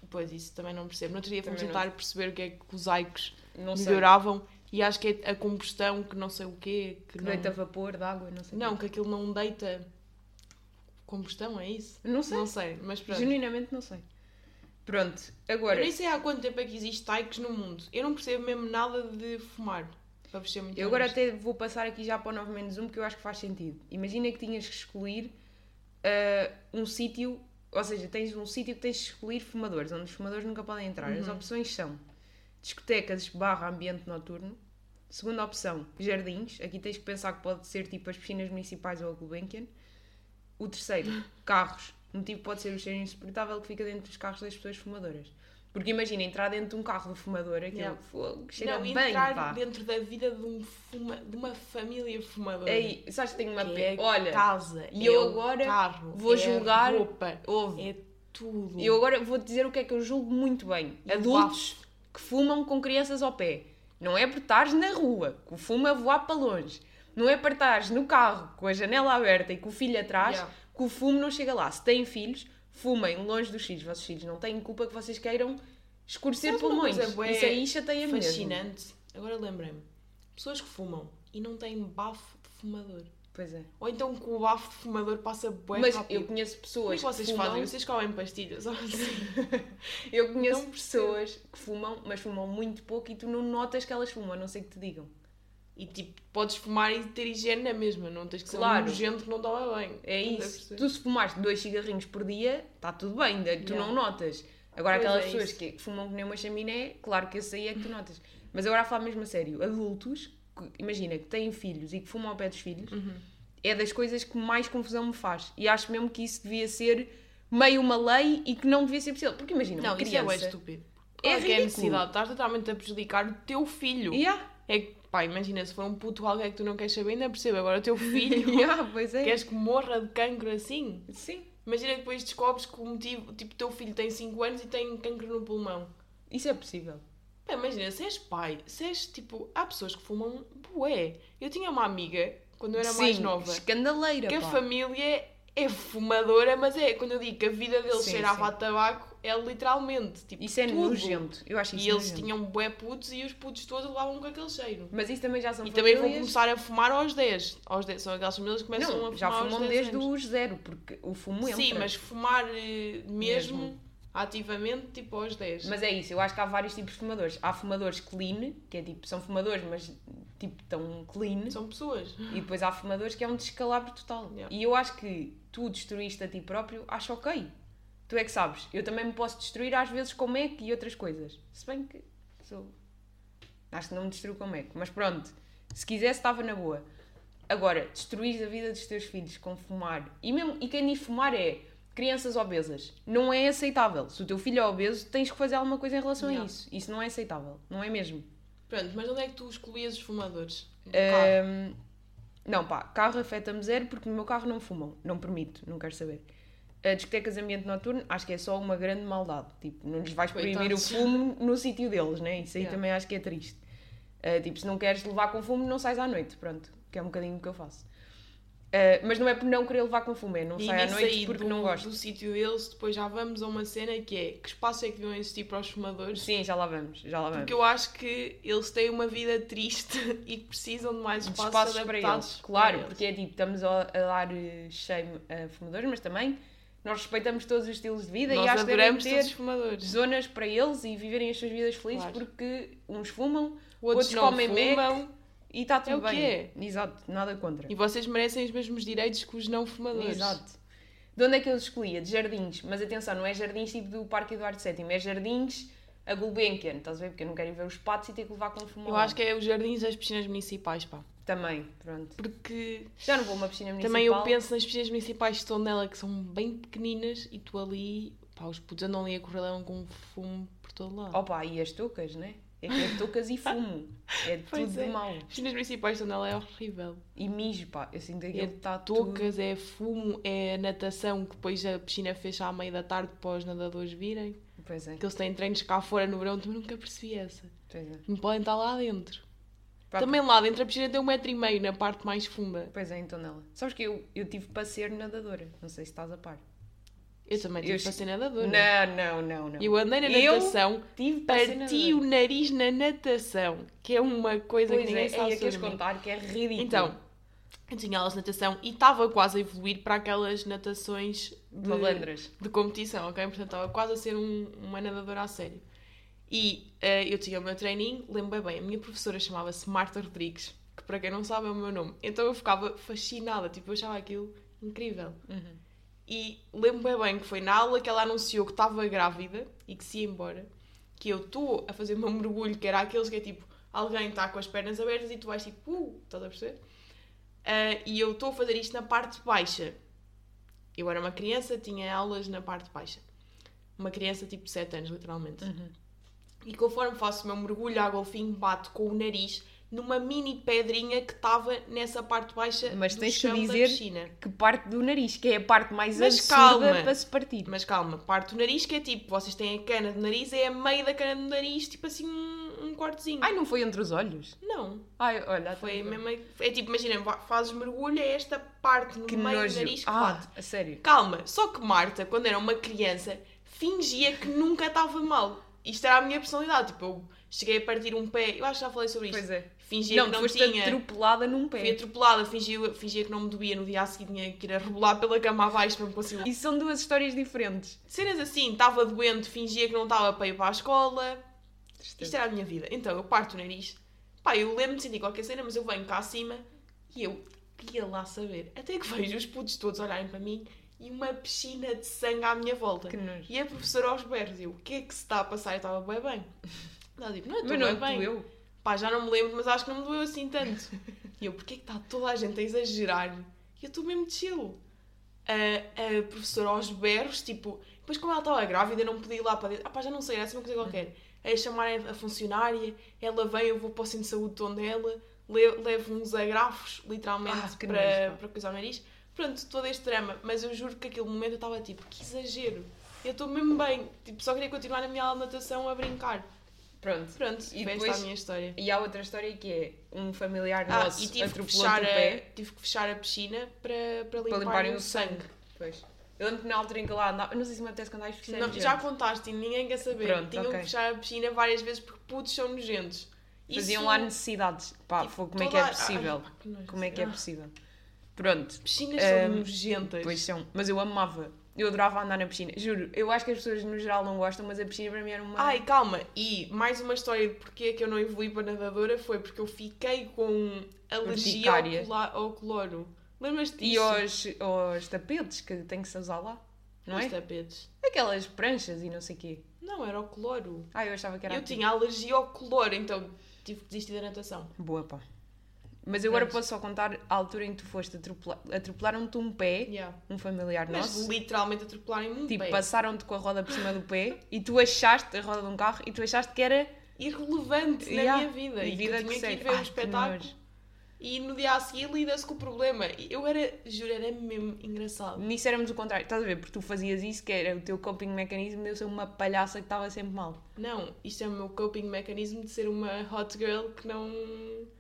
[SPEAKER 2] Pois isso também não percebo. No outro dia fomos
[SPEAKER 1] Também
[SPEAKER 2] tentar perceber o que é que os aicos
[SPEAKER 1] ah, Não sei.
[SPEAKER 2] melhoravam e acho que é a combustão que não sei o quê.
[SPEAKER 1] que
[SPEAKER 2] Que não...
[SPEAKER 1] Deita vapor de água, não sei. o
[SPEAKER 2] não, que aquilo não deita combustão, é isso?
[SPEAKER 1] quê. Não sei.
[SPEAKER 2] Não sei, mas pronto.
[SPEAKER 1] Genuinamente não sei. Pronto,
[SPEAKER 2] Eu
[SPEAKER 1] agora.
[SPEAKER 2] nem sei há quanto tempo é que existe taikos no mundo. Eu não percebo mesmo nada de fumar. Para vos ser muito
[SPEAKER 1] Eu agora
[SPEAKER 2] honesta.
[SPEAKER 1] até vou passar aqui já para o 9 menos 1 porque eu acho que faz sentido. Imagina que tinhas que escolher ah, um sítio, ou seja, tens um sítio que tens de escolher fumadores, onde os fumadores nunca podem entrar.
[SPEAKER 2] Uhum.
[SPEAKER 1] As opções são discotecas barra ambiente noturno. Segunda opção, jardins. Aqui tens que pensar que pode ser tipo as piscinas municipais ou a Gulbenkian. O terceiro, carros. O motivo pode ser o cheiro insuportável que fica dentro dos carros das pessoas fumadoras. Porque imagina, entrar dentro de um carro de fumador, aquele
[SPEAKER 2] Yeah.
[SPEAKER 1] fogo, cheira
[SPEAKER 2] não,
[SPEAKER 1] bem,
[SPEAKER 2] entrar
[SPEAKER 1] pá.
[SPEAKER 2] dentro da vida de, um fuma... de uma família fumadora.
[SPEAKER 1] Ei, É sabes que tenho uma
[SPEAKER 2] Que é
[SPEAKER 1] pena. Olha,
[SPEAKER 2] casa,
[SPEAKER 1] e
[SPEAKER 2] é
[SPEAKER 1] eu
[SPEAKER 2] o
[SPEAKER 1] agora
[SPEAKER 2] carro,
[SPEAKER 1] vou
[SPEAKER 2] é a
[SPEAKER 1] julgar-
[SPEAKER 2] roupa,
[SPEAKER 1] ouve.
[SPEAKER 2] é tudo.
[SPEAKER 1] Eu agora vou dizer o que é que eu julgo muito bem.
[SPEAKER 2] E o
[SPEAKER 1] Adultos que fumam com crianças ao pé. Não é por estares na rua, que o fumo a voar para longe. Não é para estares no carro com a janela aberta e com o filho atrás
[SPEAKER 2] Yeah.
[SPEAKER 1] que o fumo não chega lá. Se têm filhos, fumem longe dos filhos. Vossos filhos não têm culpa que vocês queiram escurecer
[SPEAKER 2] Sabes uma
[SPEAKER 1] pulmões.
[SPEAKER 2] coisa bué
[SPEAKER 1] Isso aí chateia mesmo.
[SPEAKER 2] Fascinante. Agora lembrei-me. Pessoas que fumam e não têm bafo de fumador.
[SPEAKER 1] Pois é.
[SPEAKER 2] Ou então que o bafo de fumador passa bué
[SPEAKER 1] Mas
[SPEAKER 2] rápido.
[SPEAKER 1] eu conheço
[SPEAKER 2] Como é
[SPEAKER 1] pessoas
[SPEAKER 2] que vocês
[SPEAKER 1] que fumam...
[SPEAKER 2] fazem? Vocês comem pastilhas? ou assim?
[SPEAKER 1] Eu conheço
[SPEAKER 2] Não percebo.
[SPEAKER 1] pessoas que fumam, mas fumam muito pouco e tu não notas que elas fumam, a não ser que te digam.
[SPEAKER 2] E tipo, podes fumar e ter higiene na mesma, não tens que ser
[SPEAKER 1] Claro.
[SPEAKER 2] um nojento que não toma bem.
[SPEAKER 1] É
[SPEAKER 2] Estás a
[SPEAKER 1] isso.
[SPEAKER 2] perceber?
[SPEAKER 1] Tu se fumaste dois cigarrinhos por dia, está tudo bem, ainda tu
[SPEAKER 2] Yeah.
[SPEAKER 1] não notas. Agora,
[SPEAKER 2] Pois
[SPEAKER 1] aquelas
[SPEAKER 2] é
[SPEAKER 1] pessoas
[SPEAKER 2] isso.
[SPEAKER 1] que fumam que nem uma chaminé, claro que esse aí é que tu notas. Mas agora, a falar mesmo a sério, adultos, que- imagina, que têm filhos e que fumam ao pé dos filhos,
[SPEAKER 2] Uhum.
[SPEAKER 1] é das coisas que mais confusão me faz. E acho mesmo que isso devia ser meio uma lei e que não devia ser possível. Porque imagina,
[SPEAKER 2] Não,
[SPEAKER 1] uma
[SPEAKER 2] isso é bué
[SPEAKER 1] criança...
[SPEAKER 2] estúpido.
[SPEAKER 1] É
[SPEAKER 2] Qual que é a
[SPEAKER 1] ridículo.
[SPEAKER 2] necessidade? Estás totalmente a prejudicar o teu filho.
[SPEAKER 1] Yeah.
[SPEAKER 2] É que, pá, imagina, se for um puto qualquer que tu não queres saber, ainda percebo. Agora o teu filho,
[SPEAKER 1] yeah, pois é.
[SPEAKER 2] queres que morra de cancro assim?
[SPEAKER 1] Sim.
[SPEAKER 2] Imagina que depois descobres que o motivo, tipo, o teu filho tem 5 anos e tem cancro no pulmão.
[SPEAKER 1] Isso é possível.
[SPEAKER 2] Pá, imagina, se és pai, se és, tipo, há pessoas que fumam bué. Eu tinha uma amiga, quando eu era mais nova,
[SPEAKER 1] escandaleira,
[SPEAKER 2] que a
[SPEAKER 1] pá.
[SPEAKER 2] família é fumadora, mas é, quando eu digo que a vida deles
[SPEAKER 1] Sim,
[SPEAKER 2] cheirava
[SPEAKER 1] sim.
[SPEAKER 2] a tabaco, é literalmente, tipo,
[SPEAKER 1] Isso é
[SPEAKER 2] tudo.
[SPEAKER 1] nojento. Eu acho isso
[SPEAKER 2] E eles
[SPEAKER 1] nojento.
[SPEAKER 2] tinham bué putos e os putos todos levavam com aquele cheiro.
[SPEAKER 1] Mas isso também já são
[SPEAKER 2] E também vão
[SPEAKER 1] famílias-
[SPEAKER 2] começar a fumar aos 10. Aos 10 são aquelas famílias que começam a
[SPEAKER 1] Não,
[SPEAKER 2] fumar
[SPEAKER 1] já
[SPEAKER 2] aos
[SPEAKER 1] fumam
[SPEAKER 2] 10
[SPEAKER 1] desde
[SPEAKER 2] anos.
[SPEAKER 1] os zero, porque o fumo é um entra.
[SPEAKER 2] Sim, mas fumar eh, mesmo,
[SPEAKER 1] Mesmo.
[SPEAKER 2] ativamente, tipo aos 10.
[SPEAKER 1] Mas é isso, eu acho que há vários tipos de fumadores. Há fumadores clean, que é tipo, são fumadores, mas tipo, tão clean.
[SPEAKER 2] São pessoas.
[SPEAKER 1] E depois há fumadores que é um descalabro total.
[SPEAKER 2] Yeah.
[SPEAKER 1] E eu acho que tu destruíste a ti próprio, acho ok. Tu é que sabes. Eu também me posso destruir às vezes com Mac e outras coisas. Se bem que sou. Acho que não me destruo com Mac. Mas pronto, se quisesse estava na boa. Agora, destruís a vida dos teus filhos com fumar. E, mesmo, e quem diz fumar é crianças obesas. Não é aceitável. Se o teu filho é obeso, tens que fazer alguma coisa em relação a
[SPEAKER 2] Yeah.
[SPEAKER 1] isso. Isso não é aceitável. Não é mesmo?
[SPEAKER 2] Pronto, mas onde é que tu excluías os fumadores? Do carro.
[SPEAKER 1] Ahm, não, pá, carro afeta-me zero porque no meu carro não fumam. Não permito, não quero saber. A discotecas de ambiente noturno, acho que é só uma grande maldade. Tipo, não lhes vais proibir
[SPEAKER 2] Coitados.
[SPEAKER 1] o fumo no sítio deles, né? Isso aí
[SPEAKER 2] Yeah.
[SPEAKER 1] também acho que é triste. Ah, tipo, se não queres levar com fumo, não sais à noite, pronto. Que é um bocadinho o que eu faço. Ah, mas não é por não querer levar com fumo, é não
[SPEAKER 2] E
[SPEAKER 1] saio à
[SPEAKER 2] nisso
[SPEAKER 1] noite
[SPEAKER 2] aí
[SPEAKER 1] porque
[SPEAKER 2] do,
[SPEAKER 1] não gosto.
[SPEAKER 2] do sítio deles, depois já vamos a uma cena que é que espaço é que deviam existir para os fumadores?
[SPEAKER 1] Sim, já lá vamos, já lá vamos.
[SPEAKER 2] Porque eu acho que eles têm uma vida triste e que precisam de mais
[SPEAKER 1] de
[SPEAKER 2] espaços,
[SPEAKER 1] espaços para
[SPEAKER 2] adaptados
[SPEAKER 1] eles. Claro,
[SPEAKER 2] para eles.
[SPEAKER 1] porque é tipo, estamos a, a dar eh, shame a fumadores, mas também nós respeitamos todos os estilos de vida e
[SPEAKER 2] nós
[SPEAKER 1] acho que devem
[SPEAKER 2] adoramos todos os
[SPEAKER 1] ter
[SPEAKER 2] fumadores.
[SPEAKER 1] zonas para eles e viverem as suas vidas felizes
[SPEAKER 2] Claro.
[SPEAKER 1] porque uns fumam outros
[SPEAKER 2] Outros, não
[SPEAKER 1] comem
[SPEAKER 2] fumam
[SPEAKER 1] e está tudo
[SPEAKER 2] É o que
[SPEAKER 1] bem. Exato, nada contra.
[SPEAKER 2] e vocês merecem os mesmos direitos que os não fumadores.
[SPEAKER 1] Exato. De onde é que eu os escolhia? De jardins. Mas atenção, não é jardins tipo do Parque Eduardo VII, é jardins a Gulbenkian, estás a ver? Porque eu não quero ir ver os patos e ter que levar com fumo.
[SPEAKER 2] Eu
[SPEAKER 1] lá.
[SPEAKER 2] acho que é os jardins das piscinas municipais, pá.
[SPEAKER 1] Também, pronto.
[SPEAKER 2] Porque
[SPEAKER 1] Já não vou a uma piscina municipal.
[SPEAKER 2] também eu penso nas piscinas municipais de Tondela que são bem pequeninas e tu ali, pá, os putos andam ali a correr levam com fumo por todo lado.
[SPEAKER 1] Opa, e as toucas, né? É que é toucas e fumo. É
[SPEAKER 2] Pois
[SPEAKER 1] tudo
[SPEAKER 2] é.
[SPEAKER 1] de mau.
[SPEAKER 2] As piscinas municipais de Tondela é horrível.
[SPEAKER 1] E mijo, pá. Eu sinto que
[SPEAKER 2] É
[SPEAKER 1] aquilo tá está tudo.
[SPEAKER 2] Toucas, é fumo, é natação que depois a piscina fecha à meia da tarde para os nadadores virem.
[SPEAKER 1] Pois é,
[SPEAKER 2] Que eles têm treinos cá fora no verão, também nunca percebi essa.
[SPEAKER 1] pois é.
[SPEAKER 2] Não podem estar lá dentro.
[SPEAKER 1] Pá,
[SPEAKER 2] Também lá dentro a piscina tem um metro e meio na parte mais funda.
[SPEAKER 1] Pois é, então nela. Sabes que eu, eu tive para ser nadadora. Não sei se estás a par.
[SPEAKER 2] Eu também
[SPEAKER 1] Eu
[SPEAKER 2] tive
[SPEAKER 1] che-
[SPEAKER 2] para ser nadadora.
[SPEAKER 1] Não, não, não, não.
[SPEAKER 2] Eu andei na
[SPEAKER 1] Eu
[SPEAKER 2] natação,
[SPEAKER 1] tive para ser
[SPEAKER 2] parti o
[SPEAKER 1] nadadora.
[SPEAKER 2] nariz na natação, que é uma coisa
[SPEAKER 1] Pois
[SPEAKER 2] que ninguém
[SPEAKER 1] é,
[SPEAKER 2] sabe
[SPEAKER 1] é que
[SPEAKER 2] sobre
[SPEAKER 1] eles
[SPEAKER 2] mim.
[SPEAKER 1] contar que é ridículo.
[SPEAKER 2] Então, eu tinha aulas de natação e estava quase a evoluir para aquelas natações de,
[SPEAKER 1] Malandras.
[SPEAKER 2] de competição, ok? Portanto, estava quase a ser um- uma nadadora a sério. E eh, eu tinha o meu treininho, lembro bem, a minha professora chamava-se Marta Rodrigues, que para quem não sabe é o meu nome. Então eu ficava fascinada, tipo, eu achava aquilo incrível.
[SPEAKER 1] Uhum.
[SPEAKER 2] E lembro bem que foi na aula que ela anunciou que estava grávida e que se ia embora. Que eu estou a fazer o meu mergulho, que era aqueles que é tipo, alguém está com as pernas abertas e tu vais tipo, uh, estás a perceber? Ah, e eu estou a fazer isto na parte baixa. Eu era uma criança, tinha aulas na parte baixa. Uma criança tipo de 7 anos, literalmente.
[SPEAKER 1] Uhum.
[SPEAKER 2] E conforme faço o meu mergulho a golfinho, bato com o nariz numa mini pedrinha que estava nessa parte baixa
[SPEAKER 1] Mas
[SPEAKER 2] do
[SPEAKER 1] tens que
[SPEAKER 2] chão da
[SPEAKER 1] dizer
[SPEAKER 2] piscina.
[SPEAKER 1] Que parte do nariz, que é a parte mais
[SPEAKER 2] Mas
[SPEAKER 1] absurda
[SPEAKER 2] calma.
[SPEAKER 1] para se partir.
[SPEAKER 2] Mas calma, parte do nariz que é tipo, vocês têm a cana do nariz, é a meio da cana do nariz, tipo assim um, um cortezinho.
[SPEAKER 1] Ai, não foi entre os olhos?
[SPEAKER 2] Não,
[SPEAKER 1] Ai, olha.
[SPEAKER 2] foi a
[SPEAKER 1] até-
[SPEAKER 2] mesma. É tipo, imagina, va- fazes mergulho, é esta parte no
[SPEAKER 1] Que
[SPEAKER 2] meio
[SPEAKER 1] nojo.
[SPEAKER 2] do nariz que bate.
[SPEAKER 1] ah, a sério.
[SPEAKER 2] Calma, só que Marta, quando era uma criança, fingia que nunca estava mal. Isto era a minha personalidade. Tipo, eu cheguei a partir um pé, eu acho que já falei sobre isto.
[SPEAKER 1] Pois é.
[SPEAKER 2] Fingia
[SPEAKER 1] Não,
[SPEAKER 2] que não
[SPEAKER 1] foste
[SPEAKER 2] tinha.
[SPEAKER 1] atropelada num pé.
[SPEAKER 2] Fui atropelada, fingia, fingia que não me doía no dia a seguir, tinha que ir a rebolar pela cama abaixo para me conseguir
[SPEAKER 1] E são duas histórias diferentes.
[SPEAKER 2] Cenas assim, estava doente, fingia que não estava para ir para a escola. Isto era a minha vida. Então eu parto o nariz. Pá, eu lembro-me de sentir qualquer cena, mas eu venho cá acima e eu queria lá saber. Até que vejo os putos todos olharem para mim e uma piscina de sangue à minha volta.
[SPEAKER 1] Que nojo.
[SPEAKER 2] E a professora aos berros, eu, o que é que se está a passar? Eu estava bem bem. Ela tipo, não, eu
[SPEAKER 1] Mas
[SPEAKER 2] estou
[SPEAKER 1] não é
[SPEAKER 2] bem
[SPEAKER 1] te
[SPEAKER 2] bem.
[SPEAKER 1] doeu?
[SPEAKER 2] Pá, já não me lembro, mas acho que não me doeu assim tanto. E eu, porquê que está toda a gente a exagerar? E eu estou mesmo de chill. A, a professora aos berros, tipo, depois como ela estava grávida, eu não podia ir lá para dentro. Ah pá, já não sei, era assim uma coisa qualquer. A chamar a funcionária, ela vem, eu vou para o centro de saúde de onde ela, le- levo uns agrafos, literalmente,
[SPEAKER 1] Ah, que nojo,
[SPEAKER 2] para,
[SPEAKER 1] pá.
[SPEAKER 2] para coisar o nariz. Pronto, todo este drama. Mas eu juro que aquele momento eu estava tipo, que exagero. Eu estou mesmo bem. Tipo, só queria continuar na minha aula de natação a brincar.
[SPEAKER 1] Pronto.
[SPEAKER 2] Pronto,
[SPEAKER 1] E
[SPEAKER 2] e foi
[SPEAKER 1] depois-
[SPEAKER 2] esta a minha história.
[SPEAKER 1] E há outra história que é um familiar
[SPEAKER 2] Ah,
[SPEAKER 1] nosso
[SPEAKER 2] e tive que,
[SPEAKER 1] atropelou outro
[SPEAKER 2] fechar a,
[SPEAKER 1] pé
[SPEAKER 2] tive que fechar a piscina para, para limpar,
[SPEAKER 1] para limparem
[SPEAKER 2] o sangue.
[SPEAKER 1] Pois. Eu lembro que na altura em que lá andava, eu não sei se me apetece cantar isto porque
[SPEAKER 2] Não,
[SPEAKER 1] isso é
[SPEAKER 2] já
[SPEAKER 1] nojento.
[SPEAKER 2] contaste e ninguém quer saber.
[SPEAKER 1] Pronto,
[SPEAKER 2] Tinham
[SPEAKER 1] ok.
[SPEAKER 2] que fechar a piscina várias vezes porque putos são nojentos.
[SPEAKER 1] Faziam
[SPEAKER 2] Isso-
[SPEAKER 1] lá necessidades. Pá,
[SPEAKER 2] tipo,
[SPEAKER 1] foi, como é
[SPEAKER 2] toda
[SPEAKER 1] que é
[SPEAKER 2] a- ai,
[SPEAKER 1] possível?
[SPEAKER 2] pá, que nojo.
[SPEAKER 1] Como é que é
[SPEAKER 2] Ah,
[SPEAKER 1] possível? Pronto.
[SPEAKER 2] Piscinas são
[SPEAKER 1] Ahm,
[SPEAKER 2] nojentas.
[SPEAKER 1] Pois é. são. Mas eu amava. Eu adorava andar na piscina. Juro. Eu acho que as pessoas no geral não gostam, mas a piscina para mim era uma...
[SPEAKER 2] Ai, calma. E mais uma história de porque é que eu não evolui para nadadora foi porque eu fiquei com alergia ao,
[SPEAKER 1] Urticária.
[SPEAKER 2] colo- ao cloro. Lembras-te disso?
[SPEAKER 1] e aos, aos tapetes que tem que se usar lá. Não
[SPEAKER 2] Os
[SPEAKER 1] é?
[SPEAKER 2] tapetes.
[SPEAKER 1] Aquelas pranchas e não sei o quê.
[SPEAKER 2] Não, era o cloro.
[SPEAKER 1] Ah, eu achava que era
[SPEAKER 2] eu
[SPEAKER 1] aqui.
[SPEAKER 2] tinha alergia ao cloro, então tive que desistir da natação.
[SPEAKER 1] Boa, pá. Mas eu agora
[SPEAKER 2] Pronto.
[SPEAKER 1] posso só contar a altura em que tu foste atropela- atropelaram-te um pé,
[SPEAKER 2] Yeah.
[SPEAKER 1] um familiar
[SPEAKER 2] Mas
[SPEAKER 1] nosso.
[SPEAKER 2] literalmente atropelarem-me um
[SPEAKER 1] Tipo,
[SPEAKER 2] pé.
[SPEAKER 1] passaram-te com a roda por cima do pé e tu achaste, a roda de um carro, e tu achaste que era.
[SPEAKER 2] Irrelevante na
[SPEAKER 1] Yeah.
[SPEAKER 2] minha vida.
[SPEAKER 1] E
[SPEAKER 2] E
[SPEAKER 1] vida
[SPEAKER 2] que eu
[SPEAKER 1] que
[SPEAKER 2] tinha que
[SPEAKER 1] segue.
[SPEAKER 2] ir ver
[SPEAKER 1] Ai,
[SPEAKER 2] o
[SPEAKER 1] que
[SPEAKER 2] espetáculo.
[SPEAKER 1] nojo.
[SPEAKER 2] e no dia a seguir lida-se com o problema. E Eu era, juro, era mesmo engraçado.
[SPEAKER 1] Nisso éramos o contrário, estás a ver? Porque tu fazias isso, que era o teu coping mecanismo, deu ser uma palhaça que estava sempre mal.
[SPEAKER 2] Não, isto é o meu coping mecanismo de ser uma hot girl que não.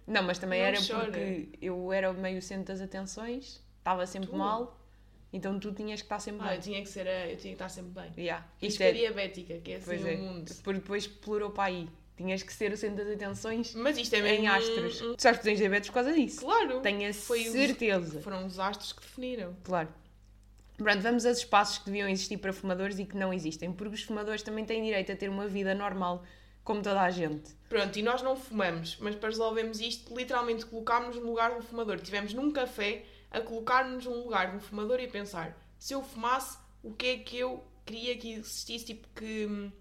[SPEAKER 1] Não, mas também
[SPEAKER 2] Não
[SPEAKER 1] era
[SPEAKER 2] chora.
[SPEAKER 1] porque eu era meio centro das atenções, estava sempre
[SPEAKER 2] Tu?
[SPEAKER 1] mal, então tu tinhas que estar sempre
[SPEAKER 2] Ah, eu
[SPEAKER 1] bem.
[SPEAKER 2] tinha que ser. a- Eu tinha que estar sempre bem.
[SPEAKER 1] Yeah.
[SPEAKER 2] Isto
[SPEAKER 1] Isto
[SPEAKER 2] é
[SPEAKER 1] é,
[SPEAKER 2] diabética, que é assim
[SPEAKER 1] pois
[SPEAKER 2] o
[SPEAKER 1] é.
[SPEAKER 2] mundo.
[SPEAKER 1] Porque depois explorou para aí. Tinhas que ser o centro das atenções
[SPEAKER 2] Mas isto é mesmo.
[SPEAKER 1] em
[SPEAKER 2] um-
[SPEAKER 1] astros.
[SPEAKER 2] um-
[SPEAKER 1] Tu sabes que tens diabetes por causa disso.
[SPEAKER 2] Claro!
[SPEAKER 1] Tenho a
[SPEAKER 2] Foi os-
[SPEAKER 1] certeza.
[SPEAKER 2] Foram os astros que definiram.
[SPEAKER 1] Claro. Pronto, vamos aos espaços que deviam existir para fumadores e que não existem, porque os fumadores também têm direito a ter uma vida normal, como toda a gente.
[SPEAKER 2] Pronto, e nós não fumamos, mas para resolvermos isto, literalmente colocámos no lugar de um fumador. Tivemos num café a colocar-nos no lugar de um fumador e a pensar: se eu fumasse, o que é que eu queria que existisse? Tipo, que, hum,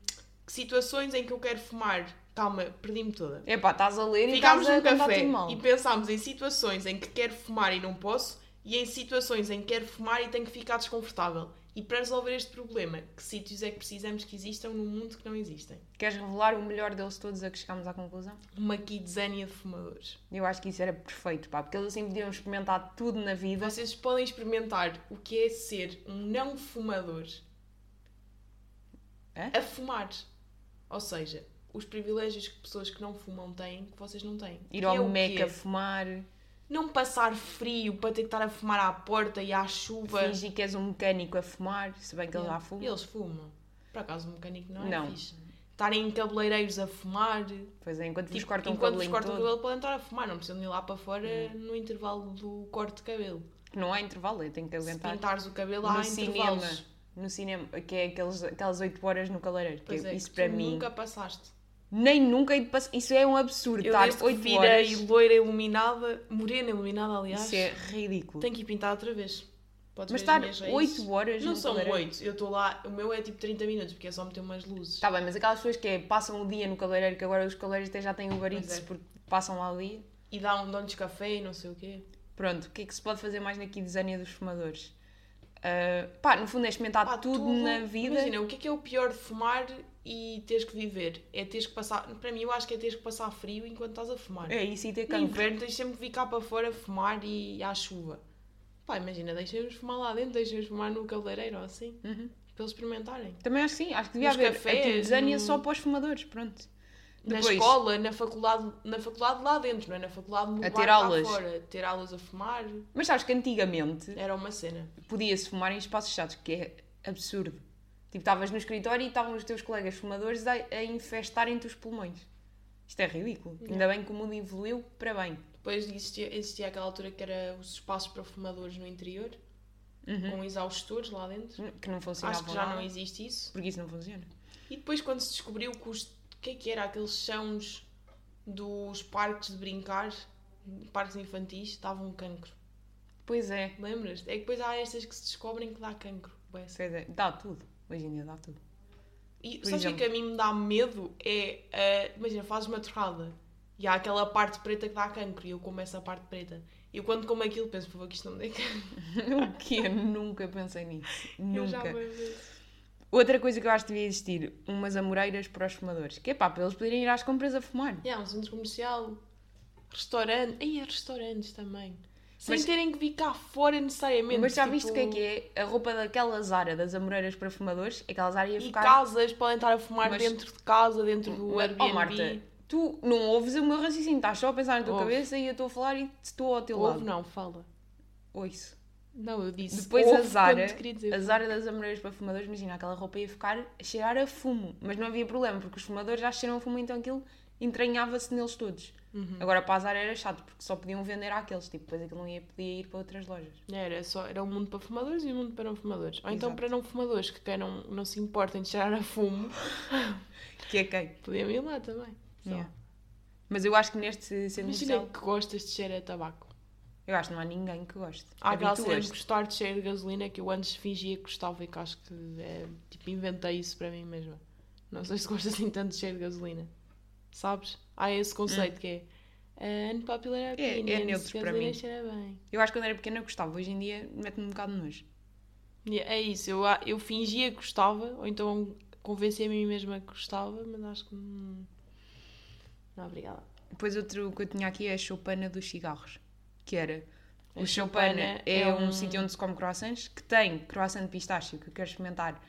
[SPEAKER 2] que situações em que eu quero fumar? Calma, perdi-me toda.
[SPEAKER 1] Epá, estás a ler e
[SPEAKER 2] Ficámos
[SPEAKER 1] estás a
[SPEAKER 2] num
[SPEAKER 1] contar
[SPEAKER 2] café
[SPEAKER 1] tudo é mal.
[SPEAKER 2] e pensámos em situações em que quero fumar e não posso, e em situações em que quero fumar e tenho que ficar desconfortável. E para resolver este problema, que sítios é que precisamos que existam no mundo que não existem?
[SPEAKER 1] Queres revelar o melhor deles todos a que chegámos à conclusão?
[SPEAKER 2] Uma quinzânia de fumadores.
[SPEAKER 1] Eu acho que isso era perfeito, pá, porque eles assim podiam experimentar tudo na vida.
[SPEAKER 2] Vocês podem experimentar o que é ser um não fumador
[SPEAKER 1] Hã?
[SPEAKER 2] a fumar. Ou seja, os privilégios que pessoas que não fumam têm que vocês não têm.
[SPEAKER 1] Ir
[SPEAKER 2] Que é
[SPEAKER 1] ao
[SPEAKER 2] o
[SPEAKER 1] Meca
[SPEAKER 2] quê?
[SPEAKER 1] fumar,
[SPEAKER 2] Não passar frio para ter que estar a fumar à porta e à chuva.
[SPEAKER 1] fingir que és um mecânico a fumar, se bem que ele já fuma.
[SPEAKER 2] Eles fumam. Por acaso o mecânico não é
[SPEAKER 1] Não.
[SPEAKER 2] fixe. Estarem em cabeleireiros a fumar.
[SPEAKER 1] Pois é, enquanto vos
[SPEAKER 2] Tipo,
[SPEAKER 1] cortam o
[SPEAKER 2] enquanto vos
[SPEAKER 1] cabelinho
[SPEAKER 2] cortam o
[SPEAKER 1] todo, Hum.
[SPEAKER 2] cabelo podem estar a fumar. Não precisam de ir lá para fora no intervalo do corte de cabelo.
[SPEAKER 1] que não há intervalo, eu tenho que
[SPEAKER 2] Se
[SPEAKER 1] aguentar.
[SPEAKER 2] pintares o cabelo
[SPEAKER 1] no
[SPEAKER 2] há
[SPEAKER 1] cinema,
[SPEAKER 2] intervalos.
[SPEAKER 1] no cinema, que é aqueles, aquelas 8 horas no caleireiro. que
[SPEAKER 2] Pois é,
[SPEAKER 1] isso
[SPEAKER 2] que
[SPEAKER 1] para
[SPEAKER 2] tu
[SPEAKER 1] mim,
[SPEAKER 2] nunca passaste.
[SPEAKER 1] nem nunca hei de passar. Isso é um absurdo,
[SPEAKER 2] Eu
[SPEAKER 1] estar
[SPEAKER 2] desde que
[SPEAKER 1] 8
[SPEAKER 2] virei
[SPEAKER 1] horas.
[SPEAKER 2] loira iluminada, morena iluminada, aliás,
[SPEAKER 1] Isso é ridículo.
[SPEAKER 2] tenho que ir pintar outra vez.
[SPEAKER 1] Mas
[SPEAKER 2] Podes ver as
[SPEAKER 1] estar
[SPEAKER 2] minhas raízes.
[SPEAKER 1] 8 horas
[SPEAKER 2] Não
[SPEAKER 1] no
[SPEAKER 2] são
[SPEAKER 1] cabeleireiro.
[SPEAKER 2] 8, eu estou lá, o meu é tipo 30 minutos, porque é só meter umas luzes.
[SPEAKER 1] Tá bem, mas aquelas pessoas que é, passam o dia no cabeleireiro, que agora os cabeleireiros até já têm Uber
[SPEAKER 2] Pois
[SPEAKER 1] Eats
[SPEAKER 2] é.
[SPEAKER 1] porque passam lá o dia.
[SPEAKER 2] E dá um dono café e não sei o quê.
[SPEAKER 1] Pronto, o que é que se pode fazer mais na quinzânia dos fumadores? Ah, pá, no fundo é experimentar
[SPEAKER 2] Pá,
[SPEAKER 1] tudo, na vida.
[SPEAKER 2] Imagina, o que é que é o pior de fumar e teres que viver? É teres que passar, para mim eu acho que é teres que passar frio enquanto estás a fumar.
[SPEAKER 1] É isso e ter
[SPEAKER 2] No
[SPEAKER 1] cancro.
[SPEAKER 2] inverno tens sempre que ficar para fora a fumar e à chuva. Pá, imagina, deixem-nos fumar lá dentro, deixem-nos fumar no cabeleireiro ou assim,
[SPEAKER 1] Uhum.
[SPEAKER 2] para eles experimentarem.
[SPEAKER 1] Também acho que sim, acho que devia
[SPEAKER 2] Nos
[SPEAKER 1] haver
[SPEAKER 2] cafés,
[SPEAKER 1] a quinzânia
[SPEAKER 2] no-
[SPEAKER 1] só para os fumadores, pronto.
[SPEAKER 2] Na
[SPEAKER 1] Depois-
[SPEAKER 2] escola, na faculdade, na faculdade lá dentro, não é? Na faculdade no
[SPEAKER 1] A
[SPEAKER 2] bar
[SPEAKER 1] ter
[SPEAKER 2] cá
[SPEAKER 1] aulas.
[SPEAKER 2] fora, ter aulas a fumar,
[SPEAKER 1] Mas sabes que antigamente
[SPEAKER 2] era uma cena.
[SPEAKER 1] podia-se fumar em espaços fechados, que é absurdo. Tipo, estavas no escritório e estavam os teus colegas fumadores a, a infestarem-te os pulmões. Isto é ridículo. Ainda bem que o mundo evoluiu para bem.
[SPEAKER 2] Depois existia, existia aquela altura que era os espaços para fumadores no interior,
[SPEAKER 1] Uhum.
[SPEAKER 2] com exaustores lá dentro.
[SPEAKER 1] Que não funcionava
[SPEAKER 2] Acho que já
[SPEAKER 1] nada,
[SPEAKER 2] não é. existe isso.
[SPEAKER 1] Porque isso não funciona.
[SPEAKER 2] E depois quando se descobriu que os... O que é que era? Aqueles chãos dos parques de brincar, parques infantis, davam cancro.
[SPEAKER 1] Pois é.
[SPEAKER 2] Lembras? É que depois há estas que se descobrem que dá cancro. Bué sério.
[SPEAKER 1] Pois é. Dá tudo. Hoje em dia dá tudo.
[SPEAKER 2] E
[SPEAKER 1] Por
[SPEAKER 2] sabes o que é que a mim me dá medo? É, ah, imagina, fazes uma torrada e há aquela parte preta que dá cancro e eu como essa parte preta. E eu quando como aquilo penso, por favor, que isto não me dê cancro.
[SPEAKER 1] o quê? Nunca pensei nisso.
[SPEAKER 2] Eu já
[SPEAKER 1] Nunca.
[SPEAKER 2] bué vezes.
[SPEAKER 1] Outra coisa que eu acho que devia existir, umas amoreiras para os fumadores. Que é pá, para eles poderem ir às compras a fumar.
[SPEAKER 2] E há um centro comercial, restaurante, aí há restaurantes também. Sem
[SPEAKER 1] Mas-
[SPEAKER 2] terem que vir cá fora necessariamente.
[SPEAKER 1] Mas já
[SPEAKER 2] tipo,
[SPEAKER 1] viste o que é que é? A roupa daquela Zara, das amoreiras para fumadores, aquela Zara ia
[SPEAKER 2] E
[SPEAKER 1] ficar...
[SPEAKER 2] casas podem estar a fumar
[SPEAKER 1] Mas-
[SPEAKER 2] dentro de casa, dentro do
[SPEAKER 1] Mas,
[SPEAKER 2] Airbnb.
[SPEAKER 1] oh Marta, tu não ouves o meu raciocínio, estás só a pensar na tua
[SPEAKER 2] Ouve.
[SPEAKER 1] cabeça e eu estou a falar e estou ao teu lado.
[SPEAKER 2] Ouve, não, fala.
[SPEAKER 1] Ou isso.
[SPEAKER 2] Não, eu disse.
[SPEAKER 1] Depois é?"
[SPEAKER 2] ouve
[SPEAKER 1] a Zara,
[SPEAKER 2] quando te queria dizer.
[SPEAKER 1] a Zara das Amoreiras para fumadores, imagina, aquela roupa ia ficar a cheirar a fumo, mas não havia problema, porque os fumadores já cheiram a fumo, então aquilo entranhava-se neles todos. Agora para a Zara era chato, porque só podiam vender àqueles, tipo, depois aquilo não ia, podia ir para outras lojas.
[SPEAKER 2] Era, só, era um mundo para fumadores e um mundo para não fumadores. Ou então
[SPEAKER 1] Exato.
[SPEAKER 2] para não fumadores que queiram, não se importem de cheirar a fumo,
[SPEAKER 1] Que é quem?
[SPEAKER 2] podiam ir lá também. Só.
[SPEAKER 1] Yeah. Mas eu acho que neste centro
[SPEAKER 2] Imagina
[SPEAKER 1] comercial,
[SPEAKER 2] que gostas de cheiro a tabaco.
[SPEAKER 1] eu acho que não há ninguém que goste.
[SPEAKER 2] Há aquela cena de
[SPEAKER 1] Habituas-te.
[SPEAKER 2] Ah, gostar de cheiro de gasolina que eu antes fingia que gostava e que acho que é, tipo, inventei isso para mim mesma. Não sei se gosto assim tanto de cheiro de gasolina. Sabes? Há esse conceito que é. Uh, unpopular
[SPEAKER 1] Hum. é
[SPEAKER 2] opinions,
[SPEAKER 1] neutro para
[SPEAKER 2] gasolina
[SPEAKER 1] mim.
[SPEAKER 2] cheira bem.
[SPEAKER 1] Eu acho que quando era pequena eu gostava, hoje em dia mete-me um bocado de nojo.
[SPEAKER 2] E É isso, eu, a- eu fingia que gostava, ou então convenci a mim mesma que gostava, mas acho que. hum, Não, obrigada.
[SPEAKER 1] Depois outro que eu tinha aqui é a choupana dos cigarros. que era
[SPEAKER 2] A
[SPEAKER 1] o Chopana
[SPEAKER 2] Choupana
[SPEAKER 1] é,
[SPEAKER 2] é
[SPEAKER 1] um,
[SPEAKER 2] um-
[SPEAKER 1] sítio onde se come croissants, que tem croissant de pistácio que eu quero experimentar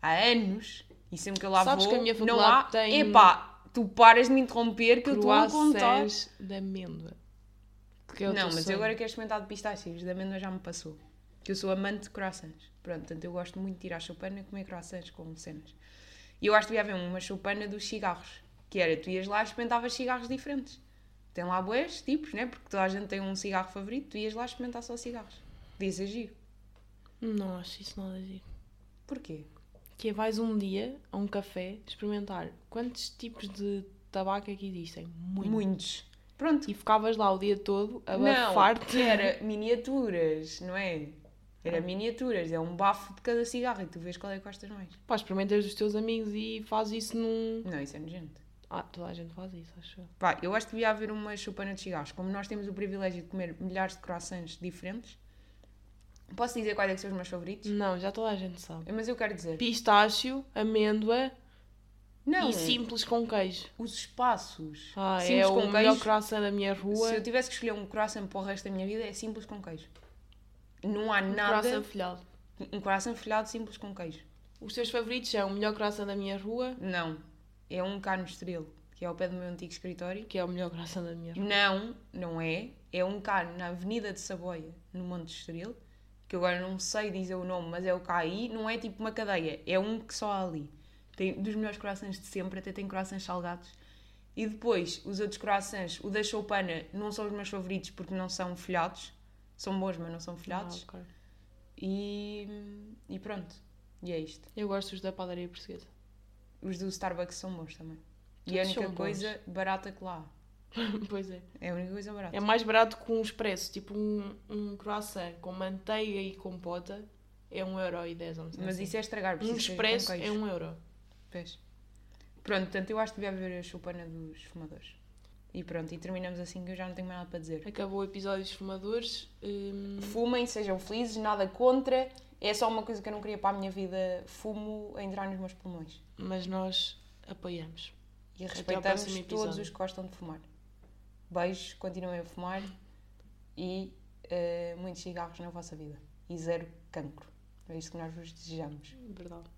[SPEAKER 1] há anos e sempre que eu lá
[SPEAKER 2] Sabes
[SPEAKER 1] vou,
[SPEAKER 2] que a minha
[SPEAKER 1] não
[SPEAKER 2] faculdade
[SPEAKER 1] há.
[SPEAKER 2] tem
[SPEAKER 1] Epá, tu paras de me interromper que eu estou a contar.
[SPEAKER 2] Croissants de amêndoa. Que é o
[SPEAKER 1] Não,
[SPEAKER 2] teu
[SPEAKER 1] mas eu
[SPEAKER 2] sonho.
[SPEAKER 1] agora quero experimentar de pistácios, da amêndoa já me passou. Que eu sou amante de croissants. Pronto, portanto eu gosto muito de ir à choupana e comer croissants com cenas. E eu acho que devia haver uma choupana dos cigarros, que era tu ias lá e experimentavas cigarros diferentes. Tem lá boas tipos, né? Porque toda a gente tem um cigarro favorito, tu ias lá experimentar só cigarros. Podia ser giro.
[SPEAKER 2] Não acho isso nada giro.
[SPEAKER 1] Porquê?
[SPEAKER 2] Que é vais um dia a um café experimentar quantos tipos de tabaco é que existem? Muito.
[SPEAKER 1] Muitos. Pronto.
[SPEAKER 2] E ficavas lá o dia todo a
[SPEAKER 1] Não,
[SPEAKER 2] bafar-te.
[SPEAKER 1] era miniaturas, não é? Era miniaturas, é um bafo de cada cigarro e tu vês qual é que gostas mais.
[SPEAKER 2] Pá, experimentas os teus amigos e fazes isso num.
[SPEAKER 1] Não, isso é nojento.
[SPEAKER 2] Ah, toda a gente faz isso, acho eu.
[SPEAKER 1] Pá, eu acho que devia haver uma chupana de cigarros. Como nós temos o privilégio de comer milhares de croissants diferentes, posso dizer quais é que são os meus favoritos?
[SPEAKER 2] Não, já toda a gente sabe.
[SPEAKER 1] Mas eu quero dizer.
[SPEAKER 2] Pistácio, amêndoa
[SPEAKER 1] Não, é
[SPEAKER 2] e simples com queijo.
[SPEAKER 1] os espaços.
[SPEAKER 2] Ah,
[SPEAKER 1] simples
[SPEAKER 2] é
[SPEAKER 1] com
[SPEAKER 2] o
[SPEAKER 1] queijo.
[SPEAKER 2] melhor croissant da minha rua.
[SPEAKER 1] Se eu tivesse que escolher um croissant para o resto da minha vida, é simples com queijo. Não há
[SPEAKER 2] Croissant
[SPEAKER 1] nada.
[SPEAKER 2] folhado.
[SPEAKER 1] Um croissant folhado simples com queijo.
[SPEAKER 2] Os teus favoritos são o melhor croissant da minha rua,
[SPEAKER 1] Não. É um cá no Estrelo, que é ao pé do meu antigo escritório.
[SPEAKER 2] que é o melhor croissant da minha rua.
[SPEAKER 1] Não, não é. É um cá na Avenida de Saboia, no Monte de Estoril, que eu agora não sei dizer o nome, mas é o cá aí. Não é tipo uma cadeia, é um que só há ali. Tem dos melhores corações de sempre, até tem corações salgados. E depois, os outros corações, o da Choupana, não são os meus favoritos porque não são folhados. São bons, mas não são folhados.
[SPEAKER 2] Ah, claro.
[SPEAKER 1] E, e pronto. E é isto.
[SPEAKER 2] Eu gosto dos da padaria portuguesa.
[SPEAKER 1] Os do Starbucks são bons também. e
[SPEAKER 2] Todos
[SPEAKER 1] a única
[SPEAKER 2] são bons.
[SPEAKER 1] coisa barata que lá. há.
[SPEAKER 2] pois é.
[SPEAKER 1] É a única coisa barata.
[SPEAKER 2] É mais barato que um expresso, tipo um, um croissant com manteiga e compota é 1,10€. Um
[SPEAKER 1] Mas isso é estragar.
[SPEAKER 2] um
[SPEAKER 1] precisa ser com
[SPEAKER 2] expresso
[SPEAKER 1] queijo.
[SPEAKER 2] é 1€. euro.
[SPEAKER 1] Pois. Pronto, portanto, eu acho que devia haver a chupana dos fumadores. E pronto, e terminamos assim que eu já não tenho mais nada para dizer.
[SPEAKER 2] Acabou o episódio dos fumadores. Hum,
[SPEAKER 1] Fumem, sejam felizes, nada contra. É só uma coisa que eu não queria para a minha vida. Fumo a entrar nos meus pulmões.
[SPEAKER 2] mas nós apoiamos.
[SPEAKER 1] E
[SPEAKER 2] ao
[SPEAKER 1] respeitamos
[SPEAKER 2] é próximo episódio.
[SPEAKER 1] todos os que gostam de fumar. Beijos, continuem a fumar e eh, muitos cigarros na vossa vida. E zero cancro. É isto que nós vos desejamos.
[SPEAKER 2] Verdade.